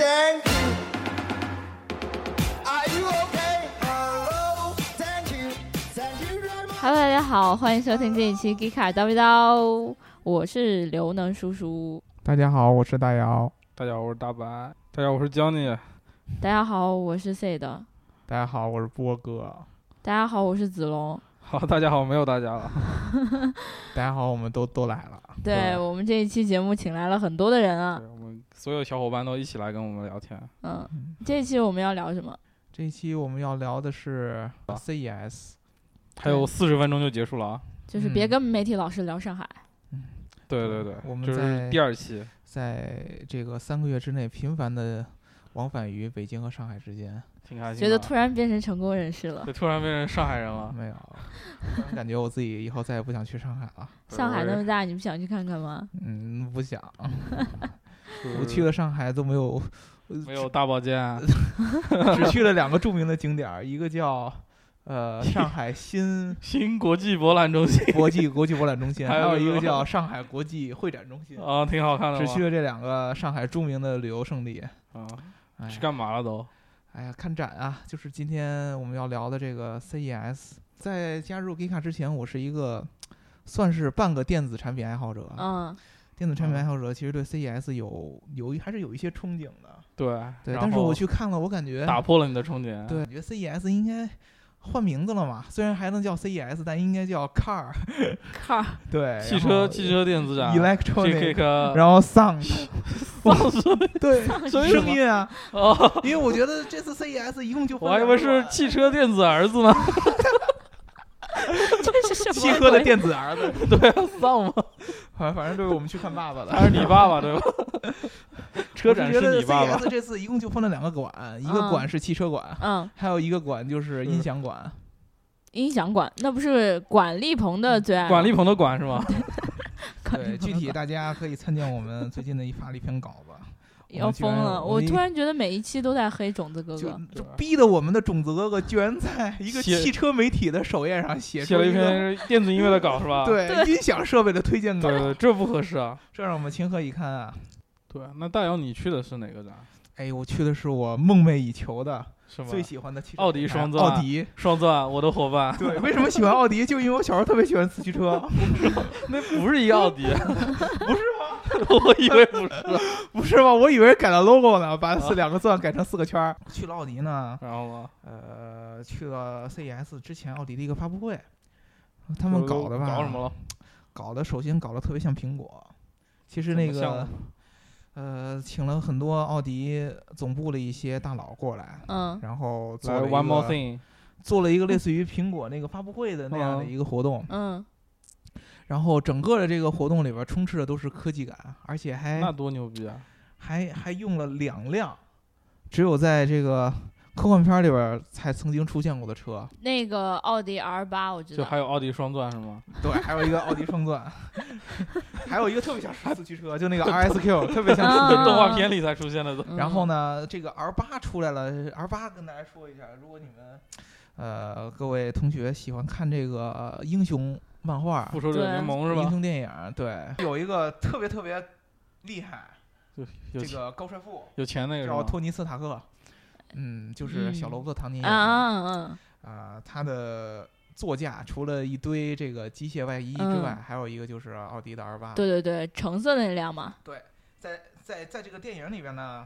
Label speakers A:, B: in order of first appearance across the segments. A: Thank you. Are you okay? Hello. Thank you. Thank you very much.
B: Hello，大家好，欢迎收听这一期《g 卡叨逼叨》，我是刘能叔叔。
C: 大家好，我是大姚。
D: 大家好，我是大白。大家好，我是江姐。
B: 大家好，我是 C 的。
C: 大家好，我是波哥。
B: 大家好，我是子龙。
D: 好，大家好，没有大家 了。
C: 大家好，我们都都来了。
B: 对
D: 对
B: 我们这一期节目请来了很多的人啊
D: 对，，我们所有小伙伴都一起来跟我们聊天。
B: 嗯，这一期我们要聊什么？
C: 这一期我们要聊的是 E CES，
D: 还有四十分钟就结束了啊！
B: 就是
C: 嗯
B: 别跟媒体老师聊上海。
D: 对对对，
C: 我们
D: 这
C: 在
D: 是第二期。
C: 在这个三个月之内频繁的往返于北京和上海之间。
D: 挺开
C: 啊
D: 心的。
B: 觉得突然变成成功人士了，
D: 就突然变成上海人了。
C: 没有，突然感觉我自己以后再也不想去 上海了。
B: 上海
D: 我
B: 那
D: 也
B: 么大，你不想去看看吗？
C: 嗯，不想。
D: 是
C: 我去了上海都没有，
D: 没有大 保健，
C: 只去了两个著名的景点 儿，一个叫 呃上海新
D: 新国际博览中 心
C: 国际国际博览中心，还
D: 还有
C: 有一
D: 一
C: 个
D: 个
C: 叫上海国际会展中心。
D: 啊，挺好看的
C: 只
D: 嘛。
C: 去了这两个上海著名的旅游胜地。
D: 啊，
C: 哎
D: 去
C: 呀，
D: 干嘛了都？
C: 哎呀，看展啊，就是今天我们要聊的这个 CES。在加入 Gika 之前，我是一个算是半个电子产品爱好者。
B: 嗯，
C: 电子产品
D: 嗯
C: 爱好者其实对 CES 有有一还是有一些憧憬的。
D: 对
C: 对，
D: 然
C: 但是
D: 后
C: 我去看了，我感觉
D: 打破了你的憧憬。
C: 对，，感觉 CES 应该。换名字了嘛？虽然还能叫 CES，但应该叫 Car
B: 靠，
C: 对。
D: 汽车汽车啊电子展
C: Electronic，
D: ，Electric，
C: 然后 Sound
D: 放松
C: 对
D: 所以
C: 声音啊，
D: 哦，
C: 因为我觉得这次 CES 一共就分
D: 我还以
C: 两
D: 为
C: 个
D: 是汽车电子儿子呢。
B: 这是什么？
C: 汽车的，电子儿 子，
D: 对啊，丧嘛，
C: 反反正就是我们去看爸爸
D: 还
C: 的。
D: 是 你爸爸对吧？车展是你爸
C: 我觉
D: 爸
C: 得 CES 这次一共就分了两个馆，一个馆是汽车 馆，
B: 嗯，
C: 还有一个馆就是音响馆。
B: 音响馆，那不是管立鹏的啊最爱吗？
D: 管立鹏的管是吗？
B: 管立
C: 嗯对，
B: 鹏
C: 具
B: 的
C: 体
B: 管
C: 大家可以参见我们最近的一发了一篇稿 子，我
B: 要
C: 们居
B: 疯
C: 然
B: 了！
C: 我
B: 我
C: 一
B: 突然觉得每一期都在黑种子哥
C: 就
B: 哥，
C: 就
D: 对啊
C: 逼得我们的种子哥哥居然在一个
D: 写
C: 汽车媒体的首页上写
D: 写
C: 出
D: 了一
C: 一个。
D: 篇电子音乐的稿是吧？
C: 对
B: 对
C: 音响设备的推荐稿
D: 对，对，这不合适啊。
C: 这让我们情何以堪啊！
D: 对，那大姚你去的是哪个展？
C: 哎，我去的是我梦寐以求的、
D: 是吗？
C: 最喜欢的汽车
D: 奥迪
C: 品牌
D: 双钻
C: 奥 迪，
D: 双钻，我的 伙伴，
C: 对，为什么喜欢奥迪？就因为我小时候特别喜欢四驱车，
D: 那不是一个奥 迪，不是吗？ 我以为不是。
C: 不是吧？我以为改了 logo 呢，把
D: 啊
C: 四两个钻改成四个圈儿。去了奥迪呢，
D: 然后呢？
C: 呃，去了 CES 之前奥迪的一个发布会，他们搞的吧？
D: 搞什么？了？
C: 搞的首先搞得特别像苹果，其实
D: 怎么
C: 那
D: 像
C: 个
D: 呢
C: 呃，请了很多奥迪总部的一些大佬过来。
B: 嗯
C: 然后做
D: 来
C: 了一
D: ，One More
C: 个
D: Thing，
C: 做了一个类似于苹果那个发布会的那样的
D: 嗯
C: 一个活动，
B: 嗯，
C: 然后整个的这个活动里边充斥的都是科技感，而且还
D: 那多牛逼啊！
C: 还还用了两辆，只有在这个科幻片里边儿才曾经出现过的 车。
B: 那个奥迪 R 八我知
D: 就
B: 道
D: 还，有奥迪双钻是吗？
C: 对，还有一个奥迪双 钻，还有一个特别像四驱车，就那个 RSQ，特别像四驱
B: 啊
D: 动画片里才出现的都。
B: 嗯
C: 然后？呢，这个 R 八出来了，R 八跟大家说一下，如果你们呃各位同学喜欢看这个呃英雄漫画、
D: 复仇者联盟是
C: 英
D: 吧？
C: 雄电影，对，有一个特别特别厉害，
D: 有
C: 这
D: 有钱
C: 个高帅富
D: 有钱那个是
C: 叫
D: 吗？
C: 托尼斯塔克，嗯，就是
B: 嗯
C: 小罗伯特唐尼演
B: 啊
C: 的。
B: 啊
C: 啊、它的座驾除了一堆这个机械外衣之外，还有一个就是奥迪的 R 八。
B: 嗯，对对对，橙色的那辆嘛，
C: 在在在这个电影里边呢，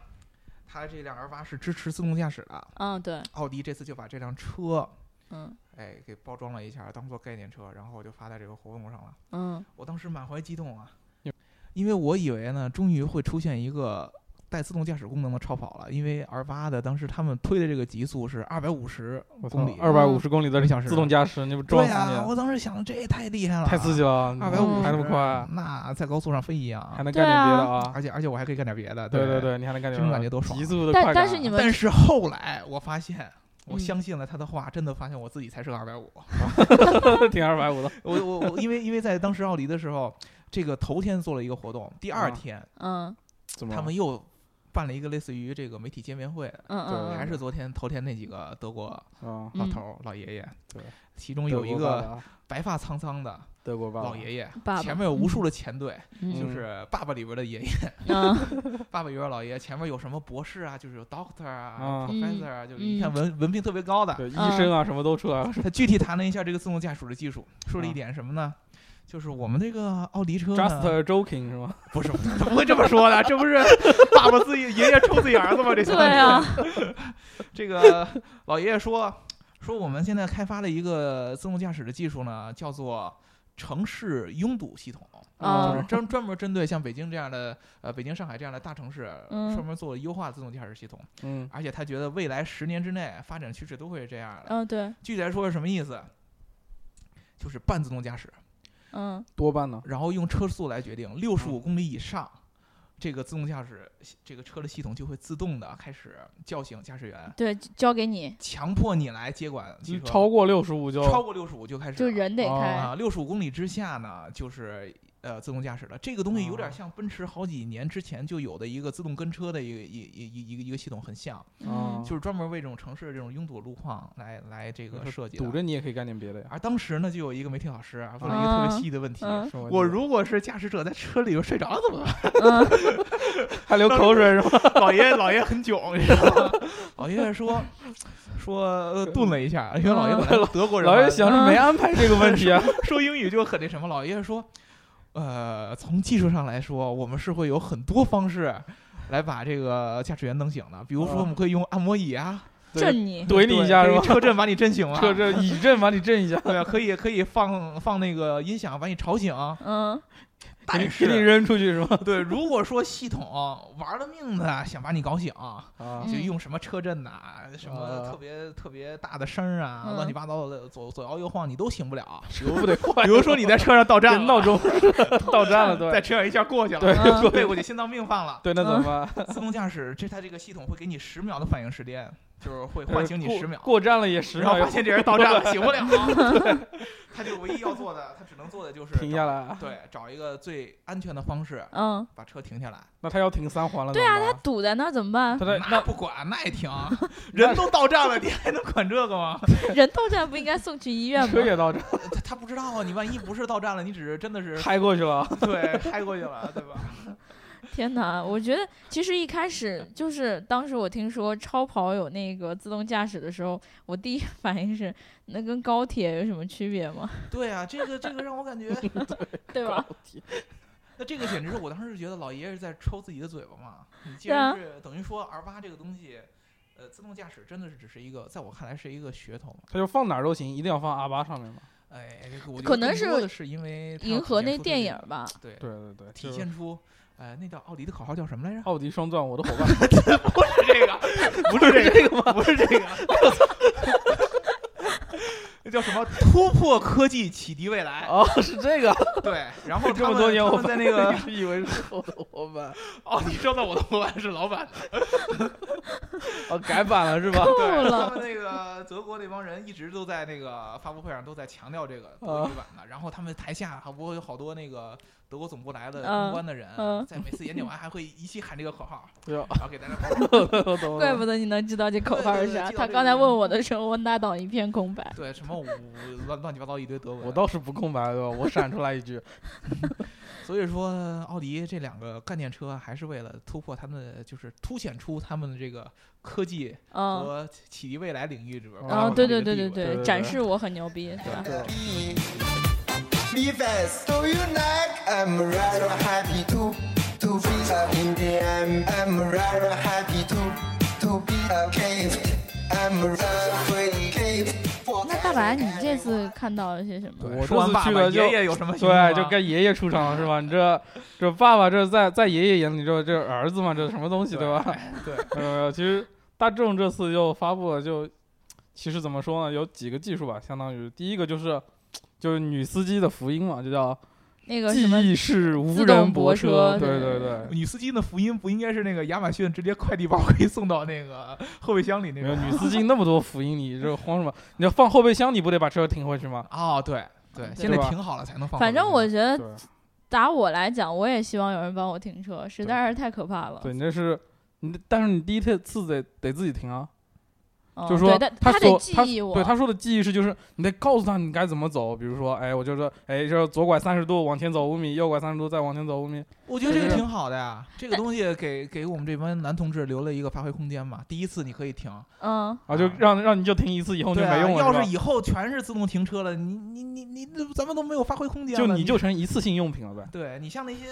C: 它这辆 R 八是支持自动驾驶的。
B: 嗯对，
C: 奥迪这次就把这辆车，
B: 嗯
C: 哎，给包装了一下，当做概念车，然后就发在这个活动上了。
B: 嗯
C: 我当时满怀激动啊
D: 因，
C: 因为我以为呢，终于会出现一个。带自动驾驶功能的超跑了，因为 R 八的当时他们推的这个极速是二百五十公里
D: 二百五十公里的
C: 一小时
D: 自动驾驶，你不撞
C: 对啊
D: 死
C: 呀、
D: 你？
C: 我当时想这也太厉害了，
D: 太刺激了！啊
C: 二百五
B: 嗯
D: 还那么快，啊
C: 那在高速上飞一
D: 还
C: 样，
D: 能干点别的
B: 对
D: 啊！
C: 而且而且我还可以干点别的。
D: 对
C: 对
D: 对，对，你还能干点
C: 这种
D: 别的
C: 感觉多爽
D: 极速的
B: 但
D: 快感。
B: 但是 你们
C: 但是后来我发现，我
B: 嗯
C: 相信了他的话，真的发现我自己才是个二百五。
D: 挺二 百五的，
C: 我我我，因为因为在当时奥迪的时候，这个头天做了一个活动，第二
D: 啊
C: 天
B: 嗯
D: 怎么了？
C: 他们又办了一个类似于这个媒体见面会，
B: 嗯嗯，
D: 对
C: 还是昨天头天那几个德国
D: 啊，
C: 老
B: 嗯
C: 头儿老爷爷，
D: 对，
C: 其中有一
D: 德国
C: 个
D: 版的啊
C: 白发苍苍的，
D: 德国爸爸
C: 老爷爷，
B: 爸爸
C: 前面有无数的前队，
B: 嗯
C: 就是爸爸里边的 爷爷，
B: 嗯
C: 爸爸里边老爷，前面有什么博士啊，就是有 doctor 啊
D: 啊
C: ，professor 啊，就
B: 嗯
C: 是一看文文凭特别高的。
D: 对医生啊什么都出来了，
C: 他具体谈了一下这个自动驾驶的技术，
D: 嗯
C: 说了一点什么呢？就是我们这个奥迪车呢
D: Just a joking 是吗？
C: 不是，他不会这么说的，这不是爸爸自己爷爷抽自己儿 子吗？这
B: 对啊，
C: 这个 老爷爷说说我们现在开发了一个自动驾驶的技术呢，叫做城市拥堵系统，
B: 啊
C: 就是专专门针对像北京这样的呃北京、上海这样的大城市，
B: 嗯
C: 专门做了优化自动驾驶系统。
D: 嗯
C: 而且他觉得未来十年之内发展趋势都会是这样的。
B: 嗯对，
C: 具体来说是什么意思？就是半自动驾驶，
B: 嗯
D: 多半呢，
C: 然后用车速来决定，六十五公里以上。这个自动驾驶系这个车的系统就会自动的开始叫醒驾驶员，
B: 对，交给你，
C: 强迫你来接管汽
B: 嗯
C: 车。
D: 超过六十五就
C: 超过六十五就开始
B: 就
C: 了
B: 人得
D: 哦
B: 开，
C: 啊，六十五公里之下呢，就是呃自动驾驶了。这个东西有点
D: 哦
C: 像奔驰好几年之前就有的一个自动跟车的一个一一一一个一个系统，很像，
D: 啊
B: 嗯
C: 就是专门为这种城市这种拥堵路况来来这个设计
D: 堵
C: 的。
D: 着你也可以干点 别的呀，
C: 而当时呢，就有一个媒体老师啊问了一个特别
B: 嗯
C: 细的问题。
B: 嗯
D: 是吗
C: 我如果是驾驶者在车里边睡着了怎么办？
B: 嗯
D: 还流口水是吗？
C: 老爷老爷很囧，你知道吗？ 老爷爷说说呃顿了一下，因为
B: 啊
C: 老爷本来是德国人嘛，
D: 老爷想
B: 嗯
D: 着没安排这个问 题啊，
C: 说英语就很那什么。老爷爷说，呃，从技术上来说，我们是会有很多方式来把这个驾驶员弄醒的，比如说
D: 啊
C: 我们可以用按摩椅啊，
D: 对
B: 震你，
D: 怼你一下是
C: 对
D: 吧
C: 可以？车震把你震醒了，
D: 这这以震把你 震一下，
C: 对啊，可以可以放放那个音响把你吵醒。
B: 嗯
C: 但
D: 给你给你
C: 是，啊
D: 扔出去是 吗？
C: 对，如果说系统玩了命的想把你搞醒，
D: 啊
C: 就
B: 嗯
C: 用什么车震呐、什么
D: 啊
C: 特别特别大的声儿啊，
B: 嗯
C: 乱七八糟的左左摇右晃你都醒不了。
D: 油不得换？
C: 比如说你在车上到站
D: 跟
C: 了
D: 闹钟似的到站了，对
C: 在车上一下过去了，啊
D: 对
B: 嗯
C: 就背过去，心脏病 犯了。
D: 对，那怎么办？
C: 自动驾驶这它这个系统会给你十秒的反应时间，就是会唤醒你
D: 呃过
C: 十秒，
D: 过站了也十
C: 然后
D: 秒
C: 发，现这人到站 了，醒不了。他就唯一要做的，他只能做的就是
D: 停下来啊。
C: 找对，找一个最安全的方式
B: 嗯，
C: 把车停下来。
D: 那他要停三环了，
B: 对啊，
D: 怎么
B: 他
D: 办
B: 堵在那儿怎么办？
D: 他在
C: 那不管，那也 停，人都到站了，你还能管这个吗？
B: 人到站不应该送去医院
D: 那车
B: 吗？
D: 也到 站，
C: 他他不知道啊，你万一不是到站了，你只是真的是
D: 嗨过去了。
C: 对嗨过去了，对吧？
B: 天哪，我觉得其实一开始就是当时我听说超跑有那个自动驾驶的时候，我第一 反应是那跟高铁有什么区别吗？
C: 对啊，这个这个让我感觉，
B: 对吧？
C: 那这个简直是我当时就觉得老爷爷是在抽自己的嘴巴嘛！你既
B: 对啊
C: 然是等于说 R 八这个东西，呃，自动驾驶真的是只是一个，在我看来是一个噱头嘛。
D: 他就放哪儿都行，一定要放阿巴上面嘛。
C: 哎，这个我觉得
B: 可能
C: 更
B: 是
C: 多的是因为它要
B: 迎合
C: 体现
B: 那
C: 出
B: 电影
C: 它
B: 儿吧，
C: 这个，对，
D: 对对对，
C: 体
D: 就是
C: 现出，呃，那叫奥迪的口号叫什么来着？
D: 奥迪双钻，我的伙伴。
C: 不是这个，不是 这个，不是这 个，那叫什么？突破科技，启迪未来。
D: 哦，是这个。
C: 对，然后
D: 这
C: 他
D: 么
C: 们
D: 多年
C: 他
D: 我
C: 们在那个
D: 以为是 我的伙伴，
C: 奥迪收到我的伙伴是老板。
D: 哦，改版了是 吧？
B: 够
C: 啊对，他
B: 了，
C: 们那个德国那帮人一直都在那个发布会上都在强调这
B: 啊
C: 个德语版的，然后他们台下还不会有好多那个德国总部来的
B: 嗯
C: 公关的人，
B: 嗯
C: 在每次演讲完还会一起喊这个 口号，
D: 对啊
C: 然后给大家拍手。
D: 我懂。
B: 怪不得你能知道这口号
C: 对
B: 是
C: 对对
B: 啥。
C: 记得
B: 他
C: 这
B: 刚才
C: 个人
B: 问我的时候，我大脑一片 空白。
C: 对，什么五乱乱七八糟一堆德文。
D: 我倒是不空白对吧？我闪出来一 句，
C: 所以说，奥迪这两个概念车还是为了突破他们的，就是凸显出他们的这个科技
B: 嗯，
C: 和启迪未来领域里边。
D: 嗯
B: 然
D: 啊
B: 后
D: 我
B: 对
C: 这
B: 对
C: 哦个
B: 对
C: 地
B: 对
C: 位
D: 对
B: 对，
D: 对
B: 展
D: 对
B: 示我很牛逼，对吧？
A: Leave us to you neck. I'm rather happy to to be a Indian. I'm rather happy to to be a cave. I'm rather pretty cave.
B: 那大白，你这次看到了些什么？
D: 对我
C: 说完
D: 这次
C: 爸
D: 去
C: 爸
D: 了就
C: 爷爷有什么行动啊？
D: 对，就该爷爷出场了是吧？你这这爸爸这在在爷爷眼里这这儿子嘛，这什么东西对吧？
C: 对，
D: 呃，其实大众这次又发布了就，其实怎么说呢，有几个技术吧，相当于第一个就是就是女司机的福音嘛，就叫
B: 那个什么
D: 记忆式无
B: 自动
D: 人
B: 泊
D: 泊
B: 车
D: 对
B: 对
D: 对对，
C: 女司机的福音不应该是那个亚马逊直接快递把我给送到那个 后备箱里那
D: 没有
C: 个？
D: 女司机那么多福音，你这慌什么？你要放后备箱，你不得把车停回去吗？
C: 哦，对对，现在
D: 对吧
C: 停好了才能放后备箱。
B: 反正我觉得
D: 对，
B: 打我来讲，我也希望有人帮我停车，实在是太可怕了。
D: 对你这是你，但是你第一次次得得自己停啊。
B: 嗯
D: 就是说
B: 对但
D: 他
B: 他得
D: 所
B: 记
D: 他
B: 忆我，
D: 对他说的记忆是，就是你得告诉他你该怎么走。比如说，哎，我就说，哎，这左拐三十度往前走五米，右拐三十度再往前走五米。
C: 我觉得这
D: 就
C: 个
D: 是
C: 挺好的呀，这个东西给给我们这帮男同志留了一个发挥空间嘛。第一次你可以停，
B: 嗯，
D: 啊，就
C: 啊
D: 让让你就停一次，以后你
C: 对
D: 就
C: 啊
D: 没用了。
C: 要
D: 是吧
C: 是以后全是自动停车了，你你你你，咱们都没有发挥空间了。
D: 就你就成一次性用品了呗。
C: 对你像那些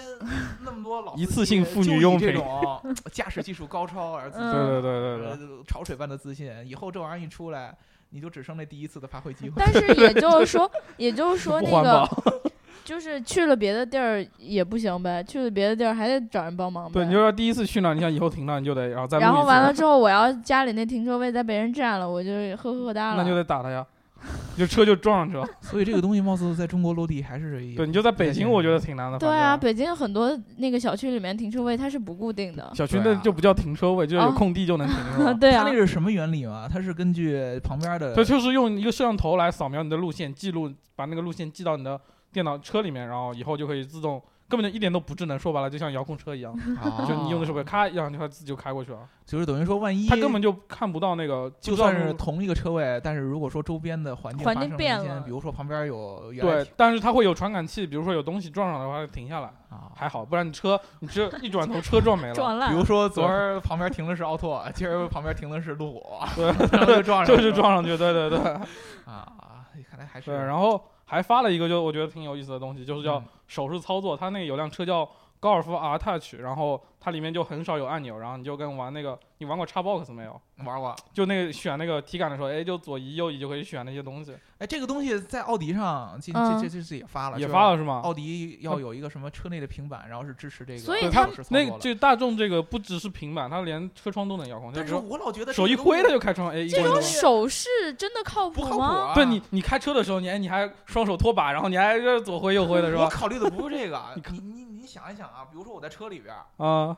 C: 那么多老
D: 一
C: 司
D: 次
C: 机
D: 性妇
C: 就
D: 女
C: 以
D: 用
C: 这
D: 品
C: 种 驾驶技术高超而自
B: 嗯
D: 对对对对对，
C: 呃潮水般的自信，以后这玩意儿一出来，你就只剩那第一次的发挥机会。
B: 但是也就是说，也就是说
D: 不
B: 那
D: 环
B: 个
D: 保。
B: 就是去了别的地儿也不行呗，去了别的地儿还得找人帮忙呗。
D: 对，你就要第一次去那儿，你想以后停那儿，你就得然啊后再录
B: 然
D: 一
B: 后
D: 次
B: 完了，之后，我要家里那停车位再被人占了，我就呵呵呵哒了。
D: 那就得打他呀，就车就撞上 去了。
C: 所以这个东西貌似在中国落地还是
D: 对，你就在北京，我觉得挺难的。
B: 对
D: 反正
B: 啊，北京很多那个小区里面停车位它是不固定的。
D: 小区
C: 对
D: 那
C: 啊
D: 就不叫停车位，就是有
B: 哦？
D: 空地就能停，是吧
B: 对
C: 它
B: 啊
C: 那，是什么原理嘛？它是根据旁边的
D: 它 就是用一个摄像头来扫描你的路线，记录把那个路线记到你的电脑车里面，然后以后就可以自动，根本就一点都不智能，说白了就像遥控车一样，
B: 哦
C: 啊
D: 就你用的时候咔一样，它自己就开过去了，
C: 就是等于说，万一
D: 它根本就看不到那个，
C: 就
D: 不知道
C: 算是
D: 路
C: 同一个车位，但是如果说周边的环境
B: 环
C: 发
B: 境
C: 生
B: 变
C: 一些
B: 了
C: 比如说旁边有原来
D: 对，但是它会有传感器，比如说有东西撞上的话，它停下来
C: 啊，
D: 还好，不然你车你这一转头车撞没了，
B: 撞烂
C: 比
B: 了。
C: 如说昨儿旁边停的是奥拓，今儿旁边停的是路虎，
D: 对，
C: 然后就撞上
D: 这
C: 了，
D: 就撞上去，对对对
C: 啊！看来还是
D: 对，然后还发了一个就我觉得挺有意思的东西，就是叫
C: 嗯
D: 手势操作，它那个有辆车叫高尔夫 R Touch，然后它里面就很少有按钮，然后你就跟玩那个，你玩过 Xbox 没有？
C: 玩过。
D: 就那个选那个体感的时候，哎，就左移右移就可以选那些东西，
C: 哎，这个东西在奥迪上这
B: 嗯
C: 这这这是也发了，
D: 也
C: 就哦
D: 发了是吗？
C: 奥迪要有一个什么车内的平板，然后是支持这个手
B: 所以
C: 势操作的，
B: 他
D: 那个就大众这个不只是平板，它连车窗都能遥控，就
C: 但
D: 比
C: 是
D: 如
C: 我老觉得
D: 手
C: 这
D: 一
C: 个东
D: 挥
C: 西
D: 它就开窗，哎，一
B: 这
D: 关
B: 种
D: 就
C: 西
B: 手势真的靠
C: 不
B: 谱
C: 靠谱
B: 吗？
C: 啊！
D: 对你，你开车的时候，你哎，你还双手托把，然后你还这左挥右挥的是
C: 我
D: 吧？
C: 考虑的不是这个啊
D: 你，
C: 你你你想一想啊，比如说我在车里边儿
D: 啊，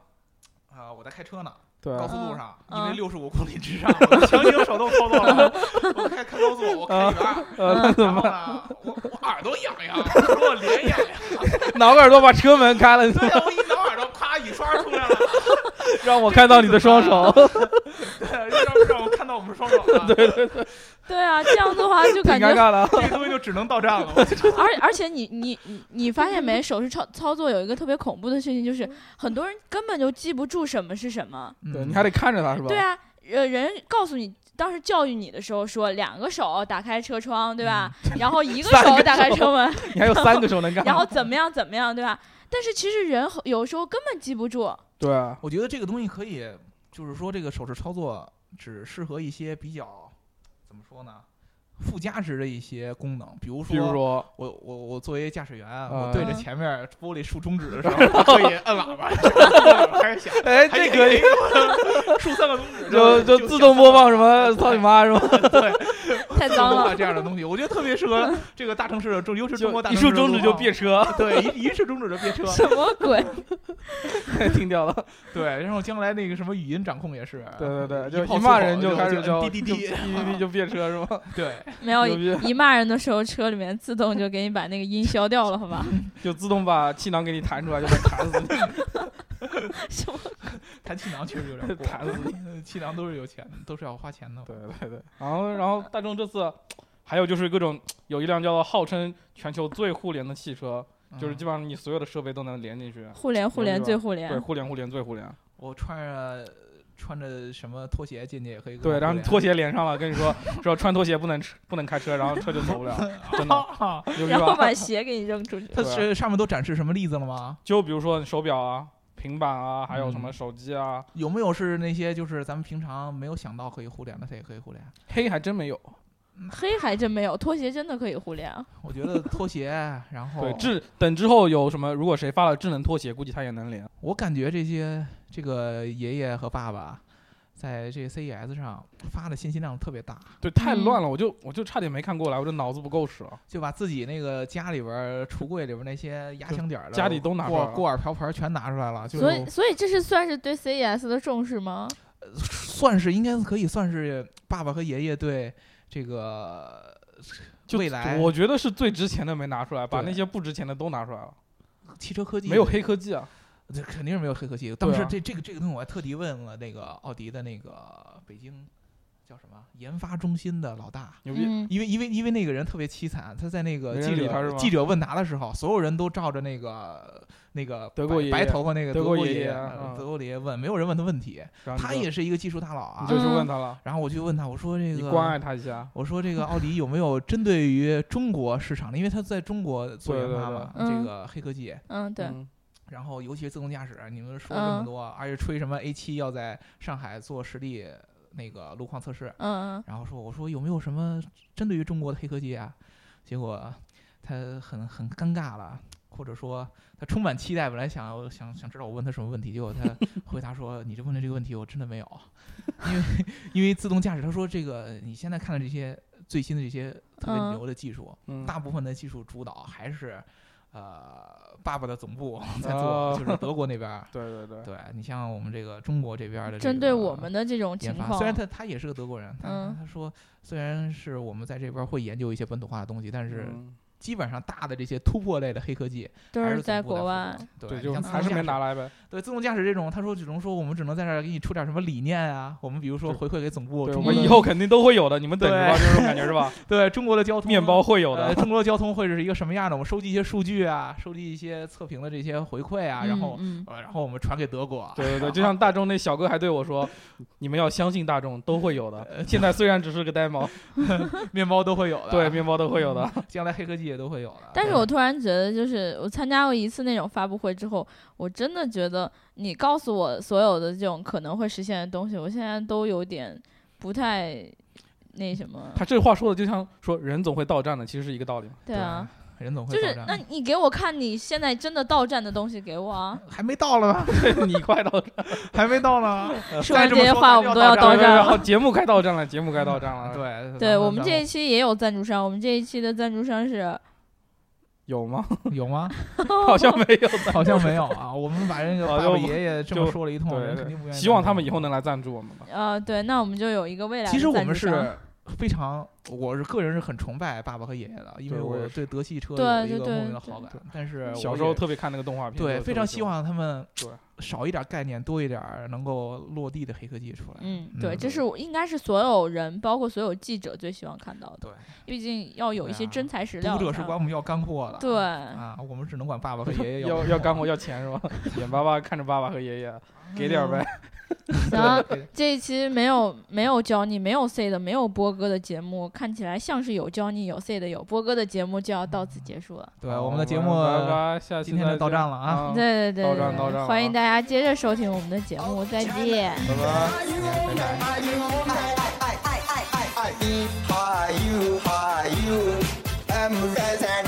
C: 啊，我在开车呢，
D: 对啊，
C: 高速路上，
B: 嗯
C: 因为六十五公里之上，我就强行手动操作了，我开开高速，我开一边儿，
D: 呃，
C: 然后呢，我我耳朵痒痒，我说我脸痒痒，
D: 脑梗都把车门开了，
C: 对呀，我一挠耳朵，啪，雨刷出来了，
D: 让我看到你的双 手。
C: 对，让让我看到我们双手了，对，
B: 对啊，这样 的话就
D: 挺
B: 感觉
D: 尴尬的。
C: 这个东西就只能到站了，我就
B: 而而且你你你你发现没，手势操操作有一个特别恐怖的事情，就是很多人根本就记不住什么是什么。
D: 嗯对，
C: 嗯
D: 你还得看着他是吧？
B: 对啊，呃，人告诉你。当时教育你的时候说，两个手打开车窗，对吧？ 然后一个
D: 嗯 三
B: 手
D: 个
B: 打开
D: 手
B: 车门，
D: 你还有三个手能干。
B: 然后怎么样怎么样，对吧？但是其实人很有时候根本记不住，
D: 对啊，
C: 我觉得这个东西可以，就是说这个手势操作只适合一些比较怎么说呢，附加值的一些功能，比如
D: 比如
C: 说
D: 说，
C: 我我我作为驾驶员，
D: 嗯
C: 我对着前面玻璃竖中指的时 候，可以摁喇叭，开始响，
D: 哎，
C: 还
D: 这可以，
C: 竖三个中指，
D: 就
C: 就
D: 就自动播放什么“操你妈”是吧？
B: 太脏
C: 播
B: 了
C: 放。这样的东西，我觉得特别适合这个大城市的，中尤其是中国
D: 就
C: 大
D: 一
C: 城市
D: 竖
C: 的
D: 中指
C: 路
D: 就
C: 况
D: 别，车，
C: 对，一一竖中指就别车，
B: 什么鬼？
D: 听掉了。
C: 对，然后将来那个什么语音掌控也是，
D: 对对对，
C: 啊一
D: 就
C: 炮
D: 一骂
C: 错
D: 人
C: 就
D: 开始
C: 就
D: 就
C: 滴滴滴
D: 滴滴滴就别车是吧？
C: 对，
B: 没有
D: 牛
B: 一一骂人的时候，车里面自动就给你把那个音消掉了，好吧？
D: 就自动把气囊给你弹出来，就能弹死你。
B: 什么？
C: 弹气囊确实有点过，
D: 弹死
C: 你，气囊都是有钱的，都是要花钱的，
D: 对对对，然后然后 大众这次还有就是各种有一辆叫做号称全球最互联的汽车，
C: 嗯
D: 就是基本上你所有的设备都能连进去，
B: 互联互联最互
D: 对，
B: 联，
D: 互联互联最互联。
C: 我穿着穿着什么拖鞋进去也可以跟
D: 对，
C: 我
D: 然
C: 互
D: 后你
C: 联
D: 拖鞋连上了，跟你说说穿拖鞋不能吃不能开车，然后车就走不了， 真的牛逼
B: 然后
D: 吧？
B: 把鞋给你扔出去。
C: 它
D: 对啊
C: 是上面都展示什么例子了吗？
D: 就比如说手表啊、平板啊，还有什么
C: 嗯
D: 手机啊，
C: 有没有是那些就是咱们平常没有想到可以互联的，它也可以互联？
D: 黑还真没有。
B: 黑还真没有，拖鞋真的可以互联啊。
C: 我觉得拖鞋，然后
D: 对，智等之后有什么，如果谁发了智能拖鞋，估计他也能连。
C: 我感觉这些这个爷爷和爸爸在这 CES 上发的信息量特别大，
D: 对，太
B: 嗯
D: 乱了，我就我就差点没看过来，我这脑子不够使了。
C: 就把自己那个家里边儿橱柜里边儿那些压箱底儿的
D: 家里都拿出来
C: 锅
D: 了
C: 锅碗瓢盆儿全拿出来了，就
B: 所以，所以这是算是对 CES 的重视吗？
C: 算是应该可以算是爸爸和爷爷对这个
D: 就
C: 未来
D: 我觉得是最值钱的没拿出来，把
C: 对
D: 那些不值钱的都拿出来了，
C: 汽车科技
D: 没有黑科技啊。
C: 这肯定是没有黑科技。当时
D: 啊
C: 这这个这个东西我还特地问了那个奥迪的那个北京叫什么研发中心的老大，
D: 牛逼，
B: 嗯
C: 因为因为因为那个人特别凄惨，他在那个
D: 没人
C: 记
D: 理他是
C: 者
D: 吗
C: 记者问答的时候，所有人都照着那个那个
D: 德国
C: 白
D: 爷爷
C: 白头发那个
D: 德
C: 德
D: 国
C: 国
D: 爷
C: 爷
D: 爷
C: 呃
D: 嗯
C: 德国爷爷问，没有人问他问题，
D: 然后
C: 他
D: 你就
C: 也是一个技术大佬啊
D: 你。就去
B: 嗯
D: 问他了，
C: 然后我就问他，我说这
D: 你
C: 个
D: 关爱他一下，
C: 我说这个奥迪有没有针对于中国市场的？因为他在中国做研发嘛，
B: 对对对
C: 这个黑科技。
B: 嗯，对，
D: 嗯
C: 然后尤其是自动驾驶，你们说了这么多，而且吹什么 A 7要在上海做实地那个路况测试，
B: 嗯
C: 然后说我说有没有什么针对于中国的黑科技啊？结果他很很尴尬了。或者说他充满期待，本来想想想知道我问他什么问题，结果 他回答说：“你这问的这个问题我真的没有，因为因为自动驾驶，他说这个你现在看的这些最新的这些特别
B: 嗯
C: 牛的技术，
D: 嗯，
C: 大部分的技术主导还是呃爸爸的总部 在
D: 哦。
C: 做，就是德国那边 儿
D: 对对对，
C: 对你像我们这个中国这边儿的
B: 嗯，
C: 这
B: 针对
C: 个
B: 我们的这种情
C: 研发，
B: 况，啊
C: 虽然他他也是个德国人，他、
B: 嗯
C: 他说虽然是我们在这边儿会研究一些本土化的东西，但是
D: 嗯
C: 基本上大的这些突破类的黑科技
B: 都
C: 还
B: 是
C: 总
B: 在
C: 部负
B: 国
C: 责
B: 外，。
C: 对，
D: 对，
C: 你
D: 就
C: 像自
D: 还
C: 动
D: 是
C: 驾
D: 没
C: 驶
D: 拿来呗，
C: 对自动驾驶这种，他说只能说我们只能在这儿给你出点什么理念啊，我们比如说
D: 对
C: 回馈给总部，
D: 对，
C: 中
D: 我
C: 国
D: 们
C: 的
D: 以后肯定都会有的，你们等着吧，
C: 对
D: 这种感觉 是吧？
C: 对中国的交通
D: 面包会有
C: 呃，
D: 的，
C: 中国的交通会是一个什么样的？我们收集一些数据啊，收集一些测评的这些回馈啊，然后、
B: 嗯，嗯
C: 呃，然后我们传给德国。
D: 对 对对，就像大众那小哥还对我说，你们要相信大众都会有 的，现在虽然只是个 demo，
C: 面包都会有的，
D: 对，面包都会有的，
C: 将来黑科技也都会有的。
B: 但是
C: 对
B: 我突然觉得，就是我参加过一次那种发布会之后，我真的觉得你告诉我所有的这种可能会实现的东西，我现在都有点不太那什么。
D: 他这话说的就像说人总会到站的，其实是一个道理嘛。
B: 对啊，，
C: 人总会
B: 就是
C: 到站
B: 那你给我看你现在真的到站的东西给我啊！
C: 还没到了呢，
D: 对你快到站，
C: 还没到呢。
D: 呃
B: 说
C: 再
B: 完
C: 这
B: 这
C: 么
B: 些
C: 说
B: 话，
C: 咱
B: 我
C: 就
B: 们都
C: 要
B: 要
C: 到
B: 到
C: 站
B: 站
C: 了
B: 了。
D: 好，节目该到站了，节目该到站 了。
C: 对，
B: 对我们这一
C: 一
B: 期也有赞助商，我们这一期的赞助商是
D: 有 吗？
C: 有吗？
D: 好像没有。
C: 好像没有啊。我们把这个
D: 好
C: 爸
D: 就
C: 爸爷爷这么
D: 就
C: 说了一通，人肯定不愿意。
D: 希望他们以后。能来赞助我们吧。
B: 呃，对，那我们就有一个未来的
C: 其实我
B: 赞
C: 们
B: 助商
C: 是非常，我是个人是很崇拜爸爸和爷爷的，因为
D: 对我也
C: 我
D: 是
C: 对德系车
B: 对
C: 有一
B: 对
C: 个
B: 对
C: 莫名的
B: 对
C: 好感。但是
D: 小
C: 我
D: 时候
C: 也
D: 特别看那个动画片，
C: 对，
D: 就
C: 非常希。望他们
D: 对
C: 少一点概念，多一点儿能够落地的黑科技出来。
B: 嗯，对，
C: 嗯
B: 这是我应该是所有人，包括所有记者最希望看到的。
C: 对，
B: 毕竟要有一些
C: 对啊
B: 真材实料
C: 读
B: 才能。
C: 者是管我们要干货的。
B: 对
C: 啊， 我们只能管爸爸和 爷爷
D: 要
C: 要
D: 要干活要钱是吧？眼巴巴看着爸爸和爷爷，给点儿呗。。
B: 行，这一期没有没有教你，没有 C 的，没有波哥的节目，看起来像是有教你、有 C 的、有波哥的节目就要到此结束了。
C: 对，我们的 节目
D: 拜拜，下期
C: 今天
D: 再
C: 就到
D: 见
C: 站了啊。
D: 啊，拜
B: 对对对
D: 到
B: 对
D: 站到站
B: 对，
D: 了
B: 欢迎
D: 啊
B: 大家接着收听我们的节目，再见。
D: 拜。
A: How are you? How are you? I'm right